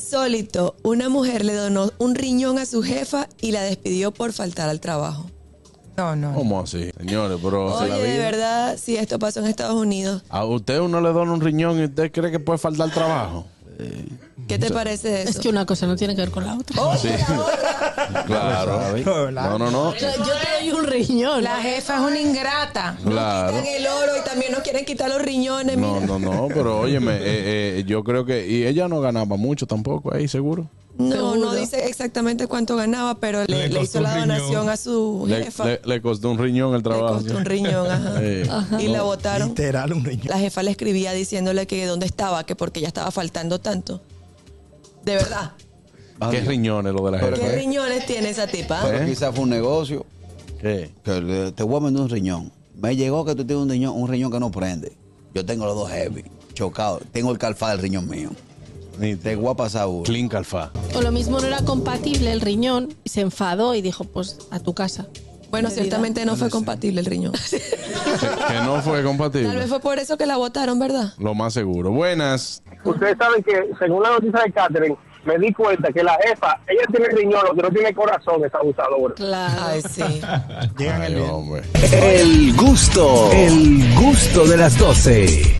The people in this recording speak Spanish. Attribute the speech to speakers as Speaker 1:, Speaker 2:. Speaker 1: Insólito, una mujer le donó un riñón a su jefa y la despidió por faltar al trabajo.
Speaker 2: No, no.
Speaker 3: ¿Cómo así? Señores, pero
Speaker 1: Oye, de verdad, si esto pasó en Estados Unidos,
Speaker 3: a usted uno le dona un riñón y usted cree que puede faltar trabajo.
Speaker 1: ¿qué te parece de eso? Oh,
Speaker 4: Es que una cosa no tiene que ver con la otra.
Speaker 3: Sí. claro. No, no, no.
Speaker 4: Yo, yo te doy un riñón.
Speaker 2: La jefa es una ingrata.
Speaker 3: Claro.
Speaker 1: Quitan el oro y también nos quieren quitar los riñones,
Speaker 3: No,
Speaker 1: mira.
Speaker 3: no, no, pero óyeme, eh, eh, yo creo que... Y ella no ganaba mucho tampoco ahí, seguro.
Speaker 1: No, no
Speaker 4: Seguro.
Speaker 1: dice exactamente cuánto ganaba, pero le,
Speaker 5: Le
Speaker 1: le
Speaker 5: costó
Speaker 1: hizo la
Speaker 5: un riñón.
Speaker 1: donación a su
Speaker 3: Le,
Speaker 1: jefa.
Speaker 3: le- le costó un riñón el
Speaker 1: Le
Speaker 3: trabajo.
Speaker 1: costó un riñón, ajá.
Speaker 3: Eh,
Speaker 1: Y la votaron.
Speaker 5: Literal, un riñón.
Speaker 1: La jefa le escribía diciéndole que dónde estaba, que porque ya estaba faltando tanto. De verdad.
Speaker 3: ¿Qué riñones lo de la
Speaker 6: Pero
Speaker 3: gente?
Speaker 1: ¿Qué
Speaker 6: ¿Eh?
Speaker 1: riñones tiene esa tipa?
Speaker 6: Pero quizás fue un negocio
Speaker 3: ¿Qué?
Speaker 6: que le- te voy a vender un riñón. Me llegó que tú tienes un riñón, un riñón que no prende. Yo tengo los dos heavy, chocados. Tengo el calfá del riñón mío.
Speaker 3: Ni
Speaker 6: Te voy a pasar uno.
Speaker 3: Clink alfa.
Speaker 4: O lo mismo no era compatible el riñón y se enfadó y dijo, pues a tu casa.
Speaker 1: Bueno, ciertamente no fue compatible el riñón.
Speaker 3: Que, que no
Speaker 1: Tal
Speaker 3: fue
Speaker 1: vez
Speaker 3: compatible.
Speaker 1: fue por eso que la votaron, ¿verdad?
Speaker 3: Lo más seguro. Buenas.
Speaker 7: Ustedes saben que, según la noticia de Catherine, me di cuenta que la jefa, ella tiene riñón, lo que no tiene corazón es abusadora.
Speaker 4: Claro.
Speaker 1: Ay, sí.
Speaker 5: Llegan
Speaker 3: Ay,
Speaker 5: el día.
Speaker 3: hombre.
Speaker 8: El gusto, el gusto de las 12.